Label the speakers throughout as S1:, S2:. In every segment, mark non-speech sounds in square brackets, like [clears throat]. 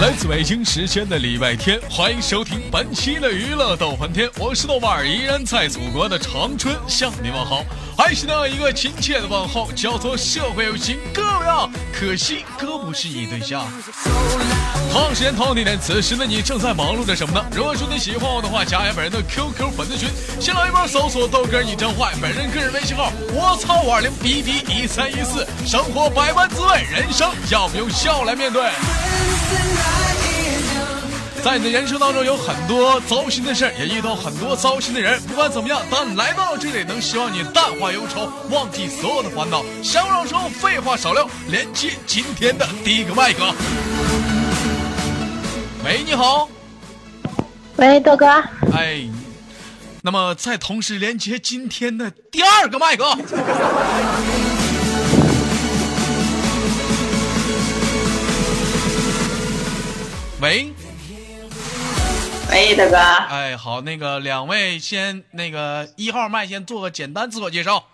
S1: 来自北京时间的礼拜天，欢迎收听本期的娱乐逗翻天，我是豆瓣儿，依然在祖国的长春向你问好，还是那一个亲切的问候，叫做社会有情哥呀，啊可惜哥不是你对象。同样时间同样地点，此时的你正在忙碌着什么呢？如果说你喜欢我的话，加一下本人的 QQ 粉丝群，新浪微博搜索豆哥你真坏，本人个人微信号我操五二零 B B 一三一四。生活百般滋味，人生要不用笑来面对。在你的人生当中有很多糟心的事儿，也遇到很多糟心的人。不管怎么样，当你来到这里，能希望你淡化忧愁，忘记所有的烦恼。闲话少说，废话少聊，连接今天的第一个麦克。喂，你好。
S2: 喂，豆哥，
S1: 哎，那么再同时连接今天的第二个麦克。喂，
S2: 喂，豆
S1: [laughs]
S2: 哥，
S1: 哎，好，那个两位先那个一号麦先做个简单自我介绍。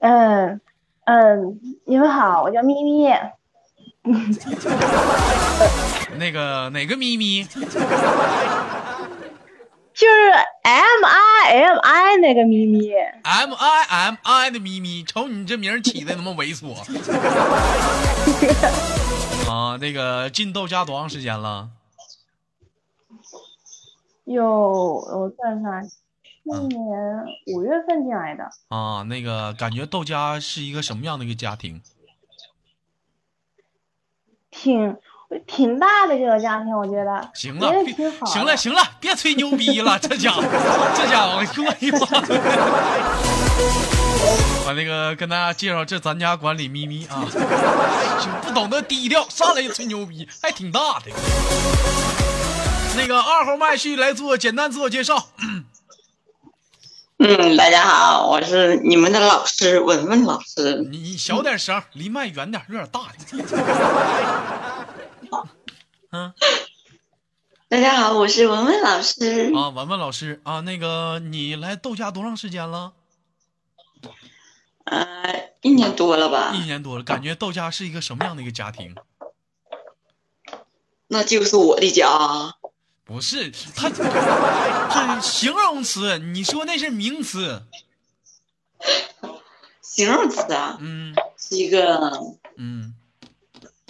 S2: 嗯嗯，你们好，我叫咪咪，
S1: 那个哪个咪咪？
S2: 就是 M I M I 那个咪咪，
S1: M I M I 的咪咪，瞅你这名儿起的那么猥琐。 [laughs] 啊，那个进豆家多长时间了？
S2: 有我算算，
S1: 嗯
S2: 去年五月份进来的，
S1: 啊，那个感觉豆家是一个什么样的一个家庭？
S2: 挺挺大的这个家庭，我觉得
S1: 行了
S2: 也，
S1: 别
S2: 挺好的。
S1: 行了，行了，别吹牛逼了，这家伙，这家伙，我的妈！把那个跟大家介绍，这咱家管理咪咪啊，就不懂得低调，上来就吹牛逼，还挺大的。那个二号麦序来做简单自我介绍，
S3: 嗯，大家好，我是你们的老师文文老师。
S1: 嗯你你小点声，离麦远点，有点大的。嗯
S3: 大家好，我是文文老师。
S1: 啊，文文老师啊，那个你来豆家多长时间了？
S3: 呃，一年多了吧
S1: 一？年多了，感觉豆家是一个什么样的一个家庭？
S3: 那就是我的家。
S1: 不是，它这形容词，你说那是名词。
S3: 形容词啊，
S1: 嗯
S3: 是一个
S1: 嗯，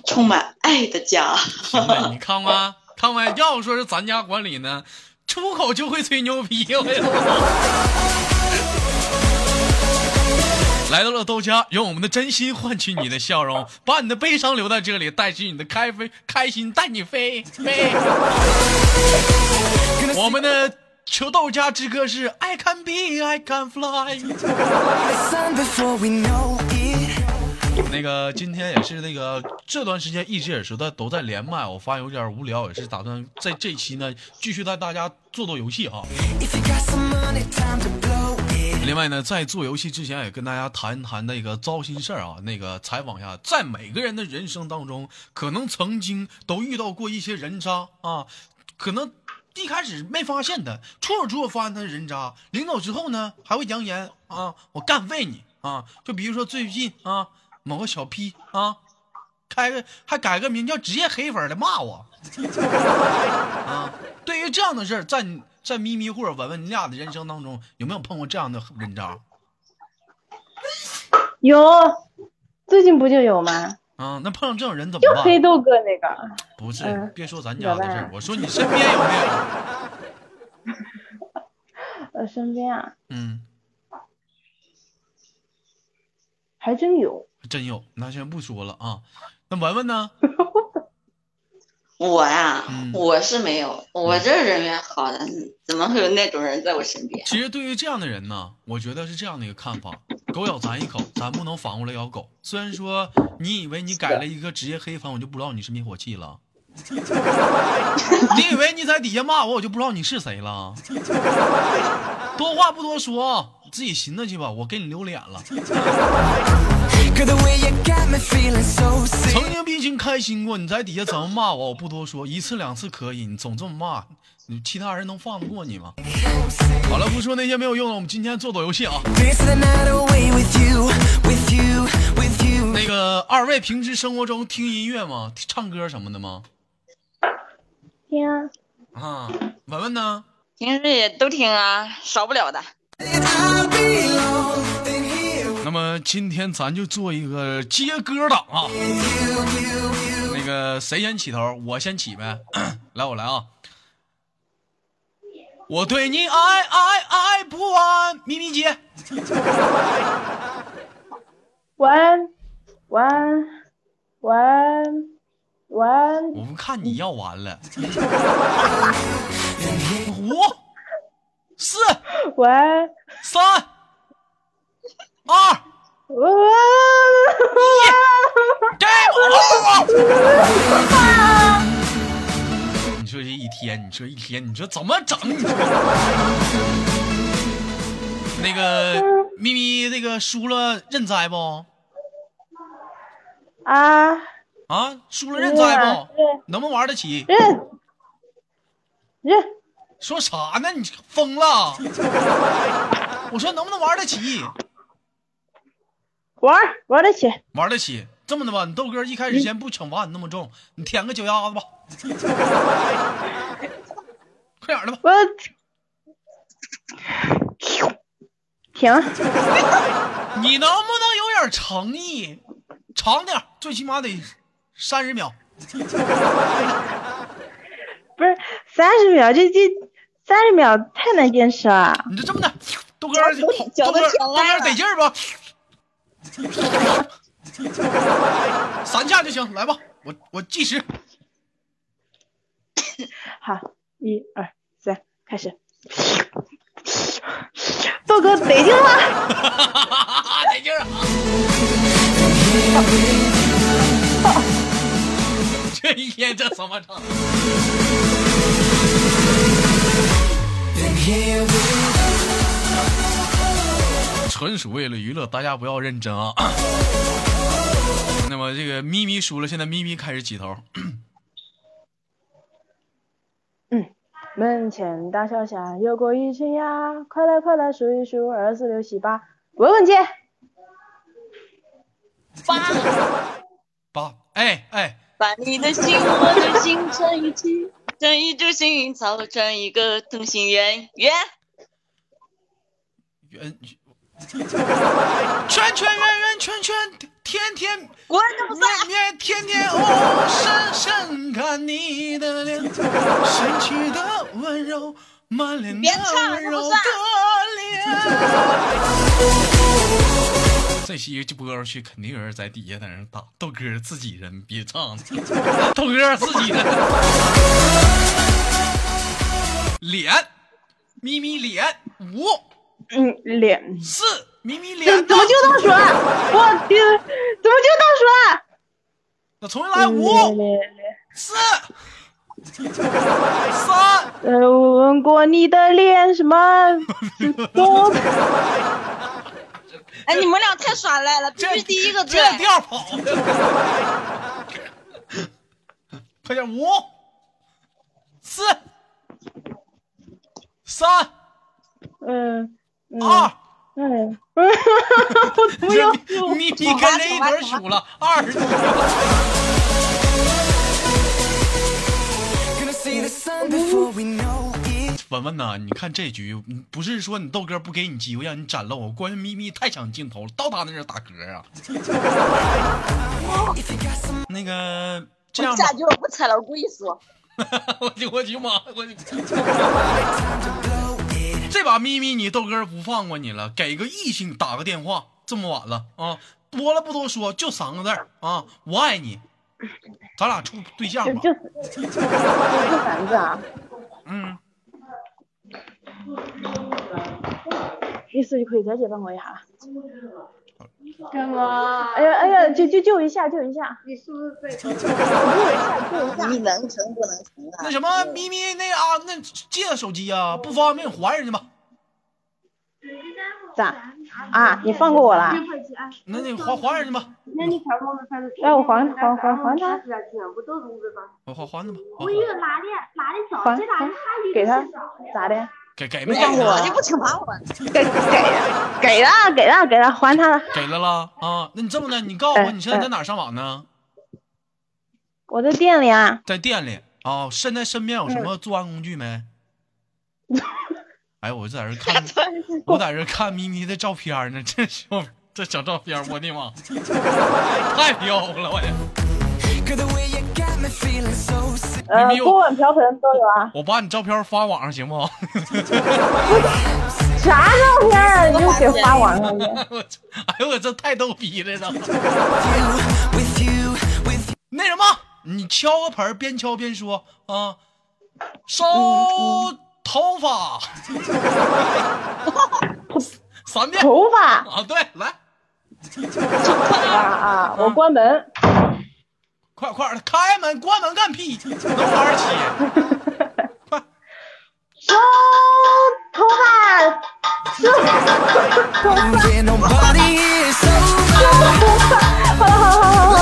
S3: 充满爱的家。
S1: 行了，你看吧，看吧，要说是咱家管理呢，出口就会吹牛逼。我跟你说来到了豆家，用我们的真心换取你的笑容，把你的悲伤留在这里，带去你的开飞开心，带你飞飞。我们的球豆家之歌是 I can be, I can fly。那个今天也是那个这段时间一直也是在都在连麦，我发现有点无聊，也是打算在这期呢继续带大家做做游戏啊哈。另外呢，在做游戏之前也跟大家谈一谈那个糟心事儿啊，那个采访一下，在每个人的人生当中，可能曾经都遇到过一些人渣啊，可能。一开始没发现他，处着处着发现他是人渣。领导之后呢，还会扬言啊，我干废你啊！就比如说最近啊，某个小 P 啊，开个还改个名叫职业黑粉来骂我啊！对于这样的事儿，在你在咪咪或者文文你俩的人生当中，有没有碰过这样的人渣
S2: 有，最近不就有吗？
S1: 啊？那碰上这种人怎
S2: 就
S1: 么办？
S2: 黑豆哥那个，
S1: 不是，
S2: 嗯
S1: 别说咱家的事
S2: 怎么
S1: 儿
S2: 办，
S1: 我
S2: [laughs]
S1: 说你身边有没有？
S2: 呃，身边啊
S1: 嗯，
S2: 还真有，
S1: 真有，那先不说了啊。那文文呢？
S3: 我呀、
S1: 嗯
S3: 我是没有，我这人缘好的，怎么会有那种人在我身边？
S1: 其实对于这样的人呢，我觉得是这样的一个看法：狗咬咱一口，咱不能反过来咬狗。虽然说你以为你改了一个职业黑粉，我就不知道你是灭火器了； [laughs] 你以为你在底下骂我，我就不知道你是谁了。 [laughs] 多话不多说，啊，自己寻思去吧，我给你留脸了。曾经毕竟开心过，你在底下怎么骂我，我不多说，一次两次可以，你总这么骂，你其他人能放得过你吗？好了，不说那些没有用了，我们今天做做游戏啊。那个二位平时生活中听音乐吗？听唱歌什么的吗？
S2: 听啊，
S1: 啊，文文呢？
S3: 平时也都听啊，少不了的。
S1: 那么今天咱就做一个接歌档啊。那个谁先起头？我先起呗。 [clears throat] 来，我来啊。我对你爱爱爱不完，咪咪姐。
S2: 晚安，晚安，晚安，晚安。
S1: 我们看你要完了。五、四、
S2: 晚安，
S1: 三、二、
S2: 晚安。
S1: game over。你说这一天，你说一天，你说怎么整？你说那个咪咪，那个输了认栽不？
S2: 啊，
S1: 啊，输了认栽不
S2: 对啊对？
S1: 能不能玩得起？
S2: 认认
S1: 说啥呢？你疯了！ [laughs] 我说能不能玩得起？
S2: 玩儿玩得起，
S1: 玩得起。这么的吧，你豆哥一开始先不惩罚你那么重，你舔个脚丫子吧， [laughs] 快点儿的吧。
S2: 我停
S1: 你能不能有点诚意？长点儿，最起码得三十秒。
S2: 不是三十秒，这这三十秒太难坚持了。
S1: 你就这么的，豆哥儿，
S3: 脚
S1: 豆哥
S3: 都
S1: 儿，
S3: 舔
S1: 豆哥
S3: 烂
S1: 儿
S3: 了
S1: 得劲儿吧？ [laughs] 三下就行，来吧，我我计时。
S2: 好，一二三，开始。豆哥得劲了，
S1: [laughs] 得劲儿啊！这一天这怎么整？纯属为了娱乐，大家不要认真啊！ [coughs] 那么这个咪咪输了，现在咪咪开始起头。
S2: 门前大桥下有过一群鸭，快来快来数一数，二四六七八，文文姐，
S1: 八，哎哎，
S3: 把你的心，我的心串一起，串一株幸运草，串一个同心圆圆。
S1: 圆 [laughs] 圈圈圆圆圈圈，天天
S3: 滚犊子！
S1: 面面天天哦，深深看你的脸，逝去的温柔，满脸的
S3: 别唱了
S1: 温柔
S3: 是不
S1: 的
S3: 是
S1: 脸。这期就播出去，肯定有人在底下在那打豆哥自己人，别唱，豆哥自己人，脸，咪咪脸，五
S2: 嗯，脸。
S1: 四，咪咪脸
S2: 怎，怎么就倒数啊？我丢，怎么就啊
S1: 那重新嗯来，
S2: 倒数啊？
S1: 五四三。
S2: 呃，我吻过你的脸，什
S1: [laughs]
S2: 么？多
S3: 哎，你们俩太耍赖了，必
S1: 这
S3: 须第一个对。
S1: 这调跑的，快点，五、四、三、
S2: 嗯嗯
S1: 二，
S2: [laughs] 嗯，我怎么又
S1: 这咪咪跟着一
S3: 吧
S1: 准
S3: 走
S1: 数
S3: 吧
S1: 了二十一。
S4: Gonna see the sun before we know it.
S1: 文文呐，你看这局，嗯不是说你豆哥不给你机会让你展露，关键咪咪太抢镜头了，到他那阵儿打嗝啊。
S4: If you got some
S1: 那个这样
S3: 我
S1: 吧
S3: 下，局我不踩了，我故意输。
S1: [laughs] 我去我去妈，我去。
S4: blow it,
S1: 这把咪咪你豆哥不放过你了，给个异性打个电话，这么晚了啊，多了不多说，就三个字儿啊，我爱你。咱俩处对象吧
S2: 就，就这三个啊？
S1: 嗯，
S2: 意思就可以再解放我一下。干嘛？哎呀哎呀，救救救一下，救一下！你是不是被？救一下，救一下！
S3: 你能成不能成啊
S1: 那什么咪咪那啊，那借个手机啊，不方便还人家吧，
S2: 咋？啊，你放过我啦？
S1: 那那还还人家吧，
S5: 那你小时候穿的，
S2: 哎让我还还还还他
S5: 不都是五百吗？哎
S1: 还还还他吧，还啊
S5: 我一个拿的拿的早，
S2: 还
S5: 这俩
S2: 还
S5: 他一个
S2: 给他
S5: 是早的
S2: 咋的？
S1: 给给啊没
S2: 你看
S1: 给
S2: 我
S1: 呢？
S3: 你不请罚我？
S2: 给给给了给了给了，还他了。
S1: 给了啦啊！那你这么的，你告诉我
S2: 哎
S1: 你现在在哪儿上网呢？
S2: 我在店里啊，
S1: 在店里啊？现在身边有什
S2: 嗯
S1: 么作案工具没？
S2: [laughs]
S1: 哎，我在这儿看，我在这儿看咪咪的照片呢，这小这小照片，我的妈， [laughs] 太飘了，我的，
S4: Cause the way you got me feeling so sick
S2: 呃
S1: 没，有
S2: 锅碗瓢盆都有啊。
S1: 我把你照片发网上行不？ [laughs]
S2: 啥照片儿你就给发网上去？
S1: 我操哎呦我这太逗逼了，这 [laughs]
S4: with you, with you.
S1: 那什么，你敲个盆儿，边敲边说啊，烧
S2: 嗯
S1: 头发， [laughs] 三遍
S2: 头发
S1: 啊，对，来，
S2: 啊啊！我关门，
S1: 快快点开门，关门干屁， [laughs] 能玩儿起？快，
S2: 收头发，收头发，
S4: Yeah, nobody is so
S2: 好了好了好了好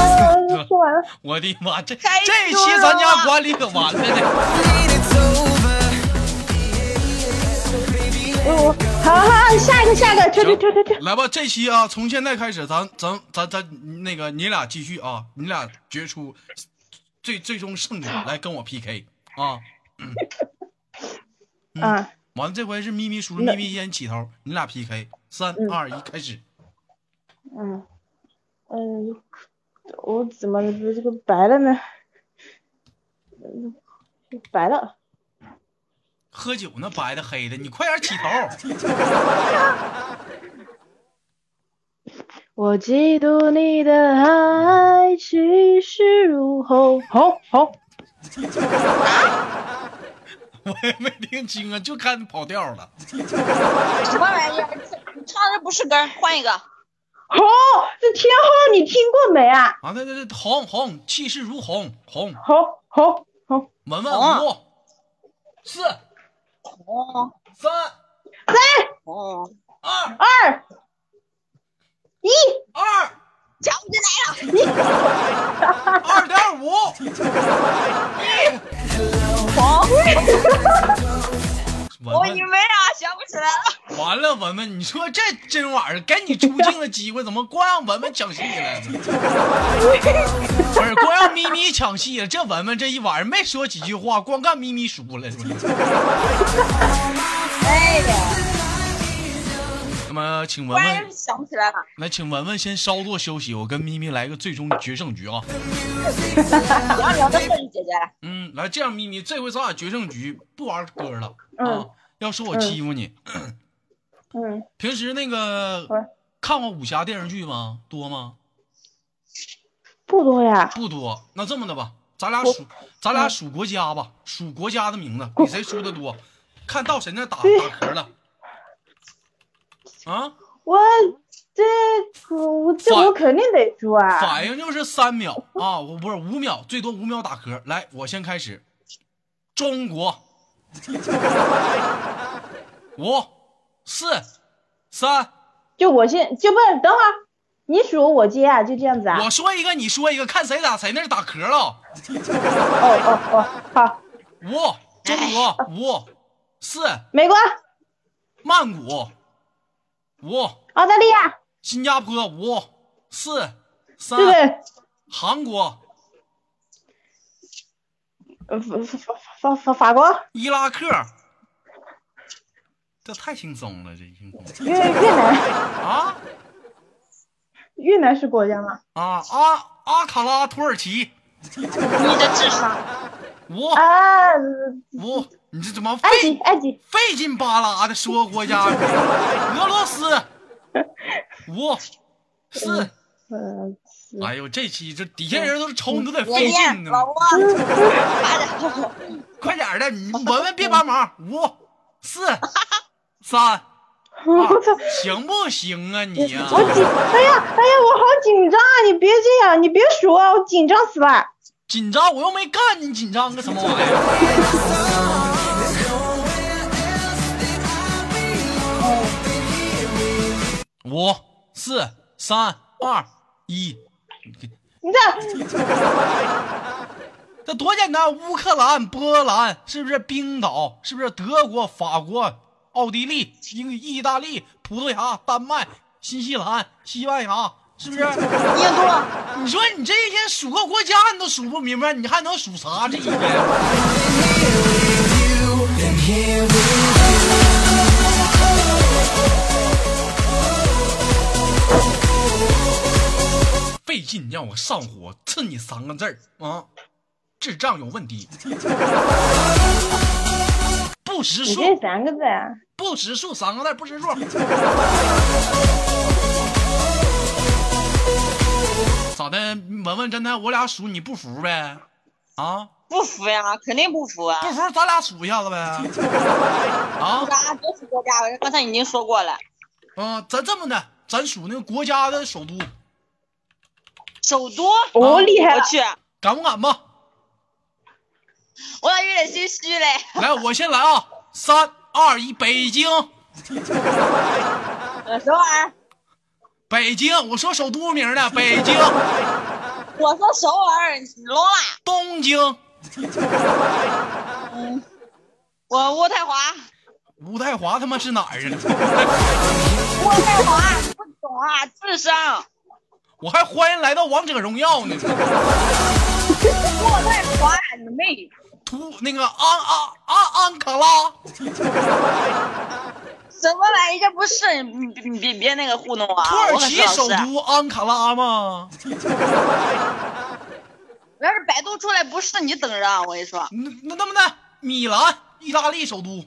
S2: 了，说完了。
S1: 我的妈，这
S3: 开车
S1: 这一期咱家管理可完了呢，
S4: late, it's over.
S2: 我好好，下一个下一个，去去去去去。
S1: 来吧，这期啊，从现在开始，咱咱咱咱那个你俩继续啊，你俩决出最最终胜者来跟我 PK 啊。
S2: 嗯，
S1: 完，这回是咪咪叔
S2: 那
S1: 咪咪先起头，你俩 PK，三
S2: 嗯
S1: 二一，开始。
S2: 嗯，嗯，我怎么这个白了呢？嗯白了，
S1: 喝酒呢，白的黑的，你快点起头。 [laughs]
S2: 我嫉妒你的爱，气势如虹。红红，
S1: 我也没听清啊，就看跑调了。
S3: 什么玩意儿？唱的不是歌儿，换一个。
S2: 红，这天后你听过没啊？
S1: 啊，那那那红红，气势如虹，红
S2: 红红红，
S1: 文
S3: 红啊
S1: 文
S2: 哦
S1: 五四
S3: 哦
S1: 三
S2: 三
S3: 哦，
S1: 二
S2: 二一，
S1: 二
S3: 瞧不进来了。
S1: 二点
S2: [laughs]
S1: 五， [laughs]
S3: 哦，
S1: 文
S3: 我以
S1: 文
S3: 为啊，想不起来了。
S1: 完了，文文，你说这这种玩意儿，给你出镜的机会，怎么光让文文抢戏了？ [laughs] 不是，光让咪咪抢戏了，这文文这一晚上没说几句话，光干咪咪输了。
S3: 哎呀，
S1: 那么，请
S3: 突
S1: 文文
S3: 然想不起来了。
S1: 来，请文文先稍作休息，我跟咪咪来个最终决胜局啊！
S3: 我要聊到这里，姐姐。
S1: 嗯，来这样，咪咪，这回咱俩决胜局不玩歌了、啊
S2: 嗯！
S1: 要说我欺负你，
S2: 嗯，
S1: 平时那个
S3: 嗯
S2: 不是
S1: 看过武侠电视剧吗？多吗？
S2: 不多呀。
S1: 不多。那这么的吧，咱俩
S2: 我嗯
S1: 数，咱俩数国家吧，数国家的名字，比谁输的多，看到谁那打打嗝了。啊，
S2: 我这我这
S1: 反
S2: 我肯定得输啊！
S1: 反应就是三秒啊，我不是五秒，最多五秒打嗝。来，我先开始，中国，五、四、三，
S2: 就我先就不是等会儿，你数我接啊，就这样子啊。
S1: 我说一个，你说一个，看谁打谁那是打嗝了。
S2: 哦哦哦，好，
S1: 五，中国，五、四，
S2: 美国、
S1: 曼谷，五，
S2: 澳大利
S1: 啊
S2: 亚、
S1: 新加坡，五、四、三
S2: 日，本，
S1: 韩国，
S2: 呃法法法法法国、
S1: 伊拉克。这太轻松了，这轻松
S2: 越越南，
S1: 啊
S2: 越南是国家吗？
S1: 啊啊！阿卡拉土耳其，
S3: 你这智商，
S1: 五
S2: 啊，
S1: 五，你这怎么
S2: 埃及
S1: 费
S2: 埃及
S1: 费劲巴拉的说国家？俄罗斯，
S2: [laughs]
S1: 五四，
S2: 呃，是
S1: 哎呦，这期这底下人都是瞅你都得
S3: 爷
S1: 费
S3: 爷
S1: 劲，呢，
S3: 老王，妈的，
S1: 快点儿的，你文文别帮忙，五四三二，行不行啊你呀、
S2: [laughs] 我紧，哎呀哎呀，我好紧张啊！你别这样，你别数啊，我紧张死了。
S1: 紧张，我又没干你，紧张个什么玩意儿？五、四、三、二、一，
S2: 你这
S1: 这多简单！乌克兰、波兰，是不是？冰岛，是不是？德国、法国、奥地利、英意大利、葡萄牙、丹麦、新西兰、西班牙，是不是？
S3: 印度。
S1: 你说你这一天数个国家你都数不明白，你还能数啥？这一天
S4: And here we
S1: 费劲让我上火，刺你三个字儿啊！智障有问题， [laughs] 不识
S2: 你
S1: 数，
S2: 这三个字啊，
S1: 不识数三个字儿，不识数。 [laughs] 咋的，文文侦探，我俩数你不服呗？啊，
S3: 不服呀，肯定不服啊！
S1: 不服咱俩数一下子呗？啊，
S3: 大家都是国家，刚才已经说过了，
S1: 嗯，咱这么的，咱数那个国家的首都，
S3: 首都。
S2: 哦，
S1: 啊
S2: 厉害
S3: 我
S2: 了，
S3: 去，
S1: 敢不敢吧？
S3: 我咋有点心虚 [laughs] 嘞？
S1: 来，我先来啊！三二一，北京，
S3: 等会儿，
S1: 北京，我说首都名呢，北京，
S3: 我说首尔，你聋啦？
S1: 东京，
S3: 我渥太华，
S1: 渥太华他妈是哪儿啊？ [laughs]
S3: 渥太华，你不懂啊，智商。
S1: 我还欢迎来到王者荣耀呢。
S3: 渥太华，你妹！
S1: 图那个安安安安卡
S3: 啊
S1: 拉，
S3: 什么玩意？这不是你你你别别那个糊弄啊！
S1: 土耳
S3: 我很
S1: 其
S3: 老实
S1: 首都安卡拉吗？
S3: 我要是百度出来不是你等着啊！我跟你说，
S1: 那那那么的，米兰，意大利首都。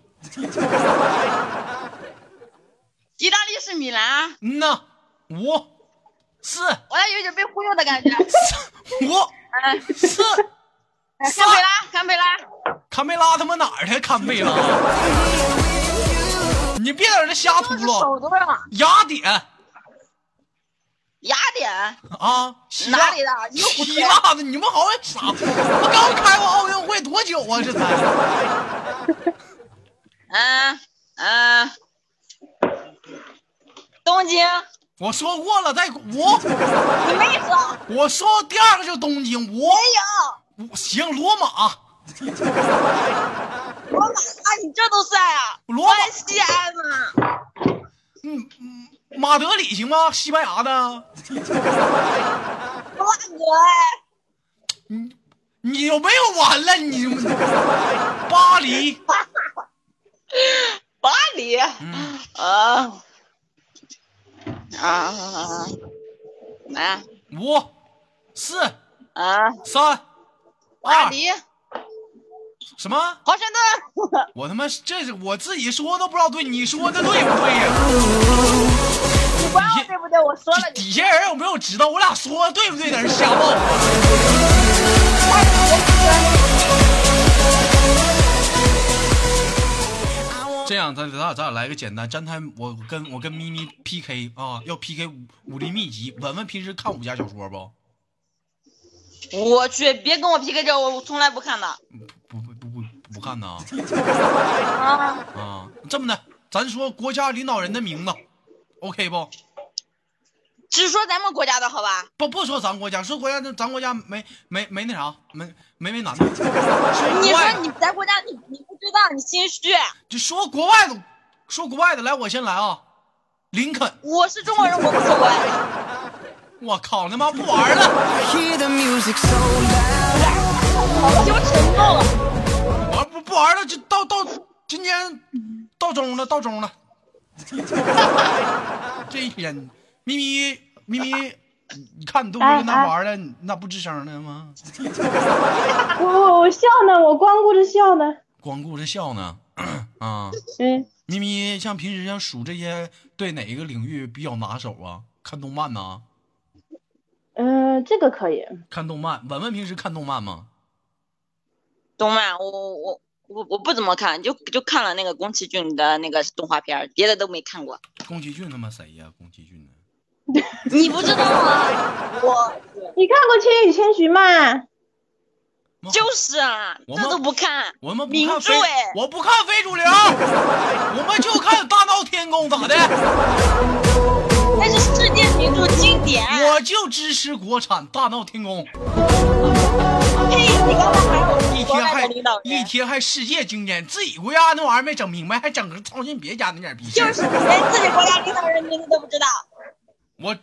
S3: 意大利是米兰啊，
S1: 嗯呐，五四
S3: 我还有点被忽悠的感
S1: [laughs]
S3: 觉。
S1: 五
S3: 嗯，
S1: 四，
S3: 堪培哎拉，堪培拉，
S1: 堪培拉他妈哪儿的堪培拉？你别在这瞎秃
S3: 都是
S1: 噜。
S3: 首都啊。
S1: 雅典。
S3: 雅典
S1: 啊，希腊
S3: 哪里的？你又胡
S1: 希
S3: 说。
S1: 腊的，你们好像傻，我刚开过奥运会多久啊？这才
S3: 嗯嗯，东京，
S1: 我说过了，在五，
S3: 你没说，
S1: 我说第二个就是东京，五
S3: 没有。
S1: 五行，罗马，
S3: 罗马啊，你这都算啊？
S1: 罗马
S3: 关西安嘛，
S1: 嗯嗯，马德里行吗？西班牙的，
S3: 布拉格哎，
S1: 你有没有完了？你巴黎，
S3: 巴黎啊
S1: 嗯，
S3: 啊啊！来
S1: 五四
S3: 啊，
S1: 三
S3: 巴
S1: 二
S3: 黎，
S1: 什么？
S3: 华盛顿， [laughs]
S1: 我他妈这是我自己说都不知道对，你说的对不对呀、
S3: 你不要对不对？我说了
S1: 这
S3: 你，
S1: 底下人有没有知道？我俩说对不对？在这瞎唠啊。啊这样，咱咱俩咱俩来个简单，侦探，我跟我跟咪咪 PK 啊，要 PK 武武林秘籍。文文平时看武侠小说不？
S3: 我去，别跟我 PK 这，我从来不看的。
S1: 不不不不不看呐
S3: [laughs] 啊，
S1: 啊！这么的，咱说国家领导人的名字，OK 不？
S3: 只说咱们国家的好吧？
S1: 不不说咱国家，说国家咱国家没没没那啥，没没没
S3: [laughs]
S1: 男的。
S3: 你
S1: 你
S3: 说你咱国家你你不知道，你心虚。
S1: 就说国外的，说国外的，来，我先来啊。林肯，
S3: 我是中国人，我不说国外的。
S1: 我靠，他妈不玩了，
S4: hear the music so loud.
S3: 我就沉默了。
S1: 我不不玩了，就到到今天到中了，到中了。 [laughs] 这一天，咪咪咪咪，你你看你都不跟
S3: 哎
S1: 他玩了，你咋不吱声呢吗？
S2: 我我我哦笑呢，我光顾着笑呢，
S1: 光顾着笑呢。 [coughs] 啊，
S2: 嗯，
S1: 咪咪像平时像数这些，对哪一个领域比较拿手啊？看动漫呐、
S2: 嗯，这个可以，
S1: 看动漫。文文平时看动漫吗？
S3: 动漫，我我我我不怎么看，就就看了那个宫崎骏的那个动画片儿，别的都没看过。
S1: 宫崎骏他妈谁呀、宫崎骏呢？
S3: 你不知道吗？我
S2: 你看过《千与千寻》吗？
S1: 妈
S3: 就是啊，
S1: 我
S3: 这
S1: 们
S3: 都不看。
S1: 我们不
S3: 名
S1: 看
S3: 著
S1: 非
S3: 哎，
S1: 我不看非主流， [laughs] 我们就看大闹天宫咋的？
S3: 那是世界名一部经典。
S1: 我就支持国产《大闹天宫》，
S3: 呸！你刚
S1: 一天
S3: 才还有国外
S1: 还
S3: 的领导
S1: 一
S3: 人，
S1: 天还世界经典，自己国家那玩意儿没整明白，还整个操心别家那点逼事
S3: 就
S1: 儿。
S3: 是连自己国家领导人名字都不知道。
S1: 我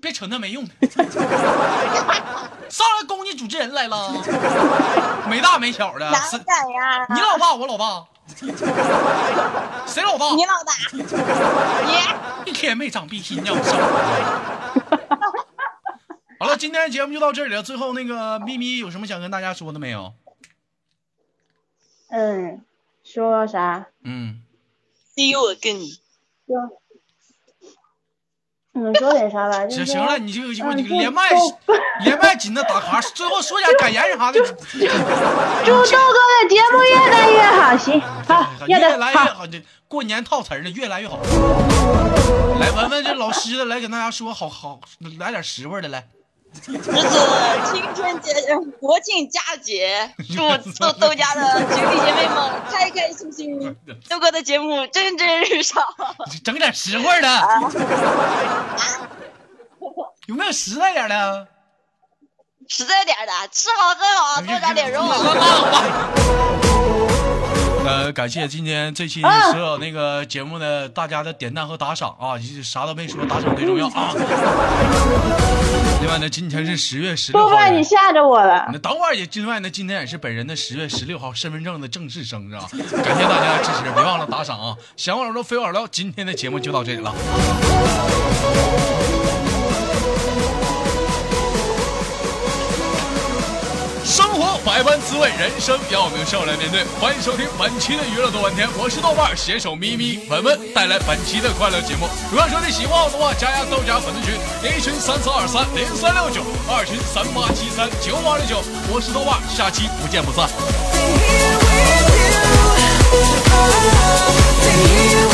S1: 别扯那没用的， [laughs] 上来攻击主持人来了，没大没小的，
S3: 哪
S1: 啊是
S3: 敢呀？
S1: 你老大我老大，谁老大？
S3: 你老大，
S1: [laughs]
S3: 你
S1: 一天没长鼻涕，你让我上火。 [laughs] 好了，今天节目就到这里了。最后那个咪咪有什么想跟大家说的没有？
S2: 嗯，说啥？
S1: 嗯，
S3: see you again。
S2: 就嗯，说点啥吧？就
S1: 行
S2: 是
S1: 行
S2: 说
S1: 了，你这个
S2: 嗯
S1: 你
S2: 就
S1: 连麦
S2: 就
S1: 连麦紧的打卡，最后说点感言
S2: [laughs]
S1: 啥的。
S2: 祝豆哥的节目越来越好，行，好，
S1: [laughs] 越
S2: 要得，
S1: 来越
S2: 好，
S1: 好，这过年套词儿的越来越好。来，文文这老师的来给大家说好好来点实惠的来。
S3: 这是青春节、国庆佳节，祝祝豆家的兄弟姐妹们开开心心。豆哥的节目蒸蒸日上， [laughs]
S1: 整点实惠的，有没有实在点的？
S3: 实在点儿的，吃好喝好，啊多长点肉。
S1: [laughs] 呃，感谢今天这期
S3: 啊
S1: 所有那个节目的大家的点赞和打赏啊，就是啥都没说，打赏最重要啊。另外呢，今天是十月十六
S2: 豆
S1: 号
S2: 瓣，
S1: 人
S2: 你。吓着我了
S1: 那，等会儿也，另外呢，今天也是本人的十月十六号身份证的正式生日啊！ [laughs] 感谢大家的支持，别忘了打赏啊！想我耳朵非我耳朵，今天的节目就到这里了。生活百般滋味，人生要用笑来面对。欢迎收听本期的娱乐多半天，我是豆瓣儿，携手咪咪文文带来本期的快乐节目。如果说你喜欢我的话，加加豆家粉丝群，A 群三四二三零三六九，二群三八七三九八六九。我是豆瓣儿，下期不见不散。
S4: Stay here with you. Oh, stay here